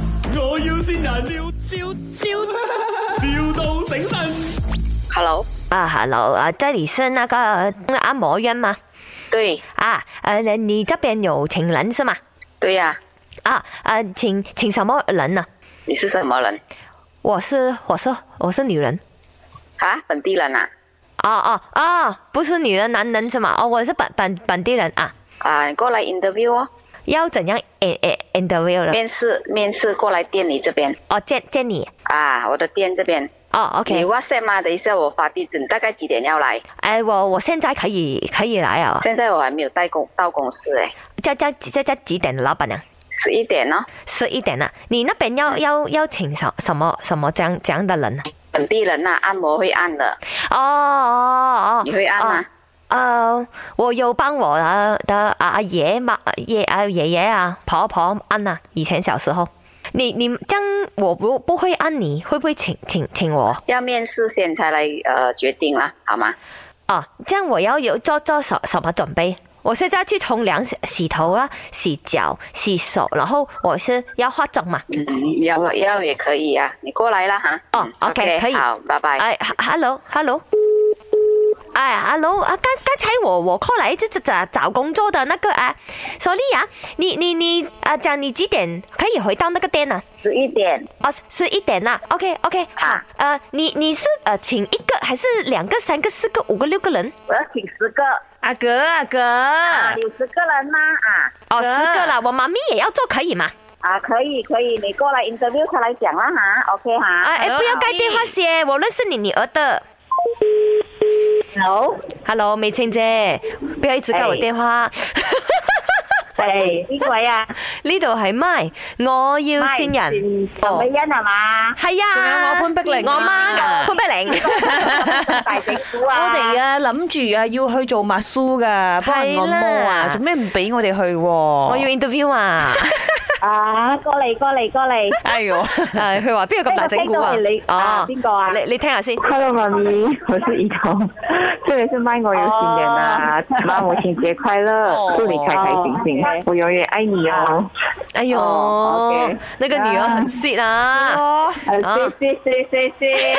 要先人，笑笑笑，,笑到醒神。 Hello，啊，Hello，啊，这里是那个那个按摩院吗？对啊，呃，你这边有请人是吗？对呀、啊，呃，请请什么人呢、你是什么人？我是我是我是女人。啊，本地人啊？哦哦哦，不是女人，男人是吗？哦，我是本本本地人啊。啊，你过来 interview 哦，要怎样 in in interview 呢？面试面试过来店里这边哦，见见你。啊，我的店这边。哦你，OK， WhatsApp 吗？等一下我发地址，你大概几点要来？哎，我我现在可以可以来啊。现在我还没有带公到公司诶，这这这这几点？老板娘，十一点哦，十一点了。你那边要要要请什什么什么这样这样的人啊？本地人呐、按摩会按的，哦哦哦，你会啊按吗？呃，我有帮我的的阿阿爷嘛爷啊爷爷啊婆婆按啊，以前小时候，你你这样我不不会按你，会不会请请请我？要面试先才来呃决定啦，好吗？哦，这样我要有做做什什么准备？我现在去冲凉、洗洗头啦、洗脚、洗手，然后我是要化妆嘛。嗯，要要也可以啊，你过来啦哈。哦嗯 OK，可以好，拜拜。哎哈，hello，hello，哎，hello 啊，刚刚才我我 call 来就是找找工作的那个啊，所以啊，你你你啊，讲你几点可以回到那个店啊？十一点，哦，是一点啦，OK OK，好啊，呃，你你是呃，请一个还是两个、三个、四个、五个、六个人？我要请十个阿哥，阿哥，啊，有十个人吗？啊哦，哥十个啦，我妈咪也要做，可以吗？啊，可以可以，你过来 interview 才来讲啦哈，OK 哈。啊，哎， Hello，不要好盖电话先，我认识你女儿的。好， Hello，梅青姐，不要一直盖我哎電話。哎，邊位啊？ 呢度係麥，我要先人。陳美欣係嘛？係啊，仲有我潘碧玲啊我媽潘碧玲。大整蠱我啊！哋啊諗住啊要去做抹梳噶，幫人按摩係啦啊，做咩唔俾我哋去喎？我我要 interview 啊！啊，過嚟過嚟過嚟 哎呦，誒，佢話邊有咁大整蠱啊聽到聽到你？啊邊個啊你你聽下先。 Hello，妈咪，我是怡彤，这里是麦我有情人啊，妈母亲节快乐哦，祝你开开心心哦，我永远爱你哦。哎呦哦，OK，那個女兒很 sweet 啊。哦，啊啊！謝謝謝謝 謝。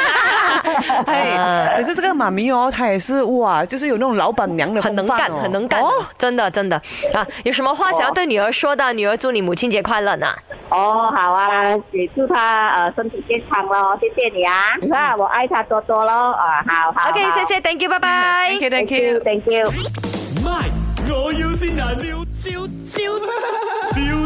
哎，啊可是这个妈咪哦，她也是哇，就是有那种老板娘的很能风范干，哦很能干哦，真的真的啊！有什么话想要对女兒說的？女兒祝你母親節快樂呢。哦，好啊，也祝他呃身体健康咯，謝謝你啊！那我愛他多多咯，啊，好嗯好。OK，謝謝，thank you，拜拜。 ，thank you，thank ，thank you，thank you。you。 My，我要先人，笑笑笑，,笑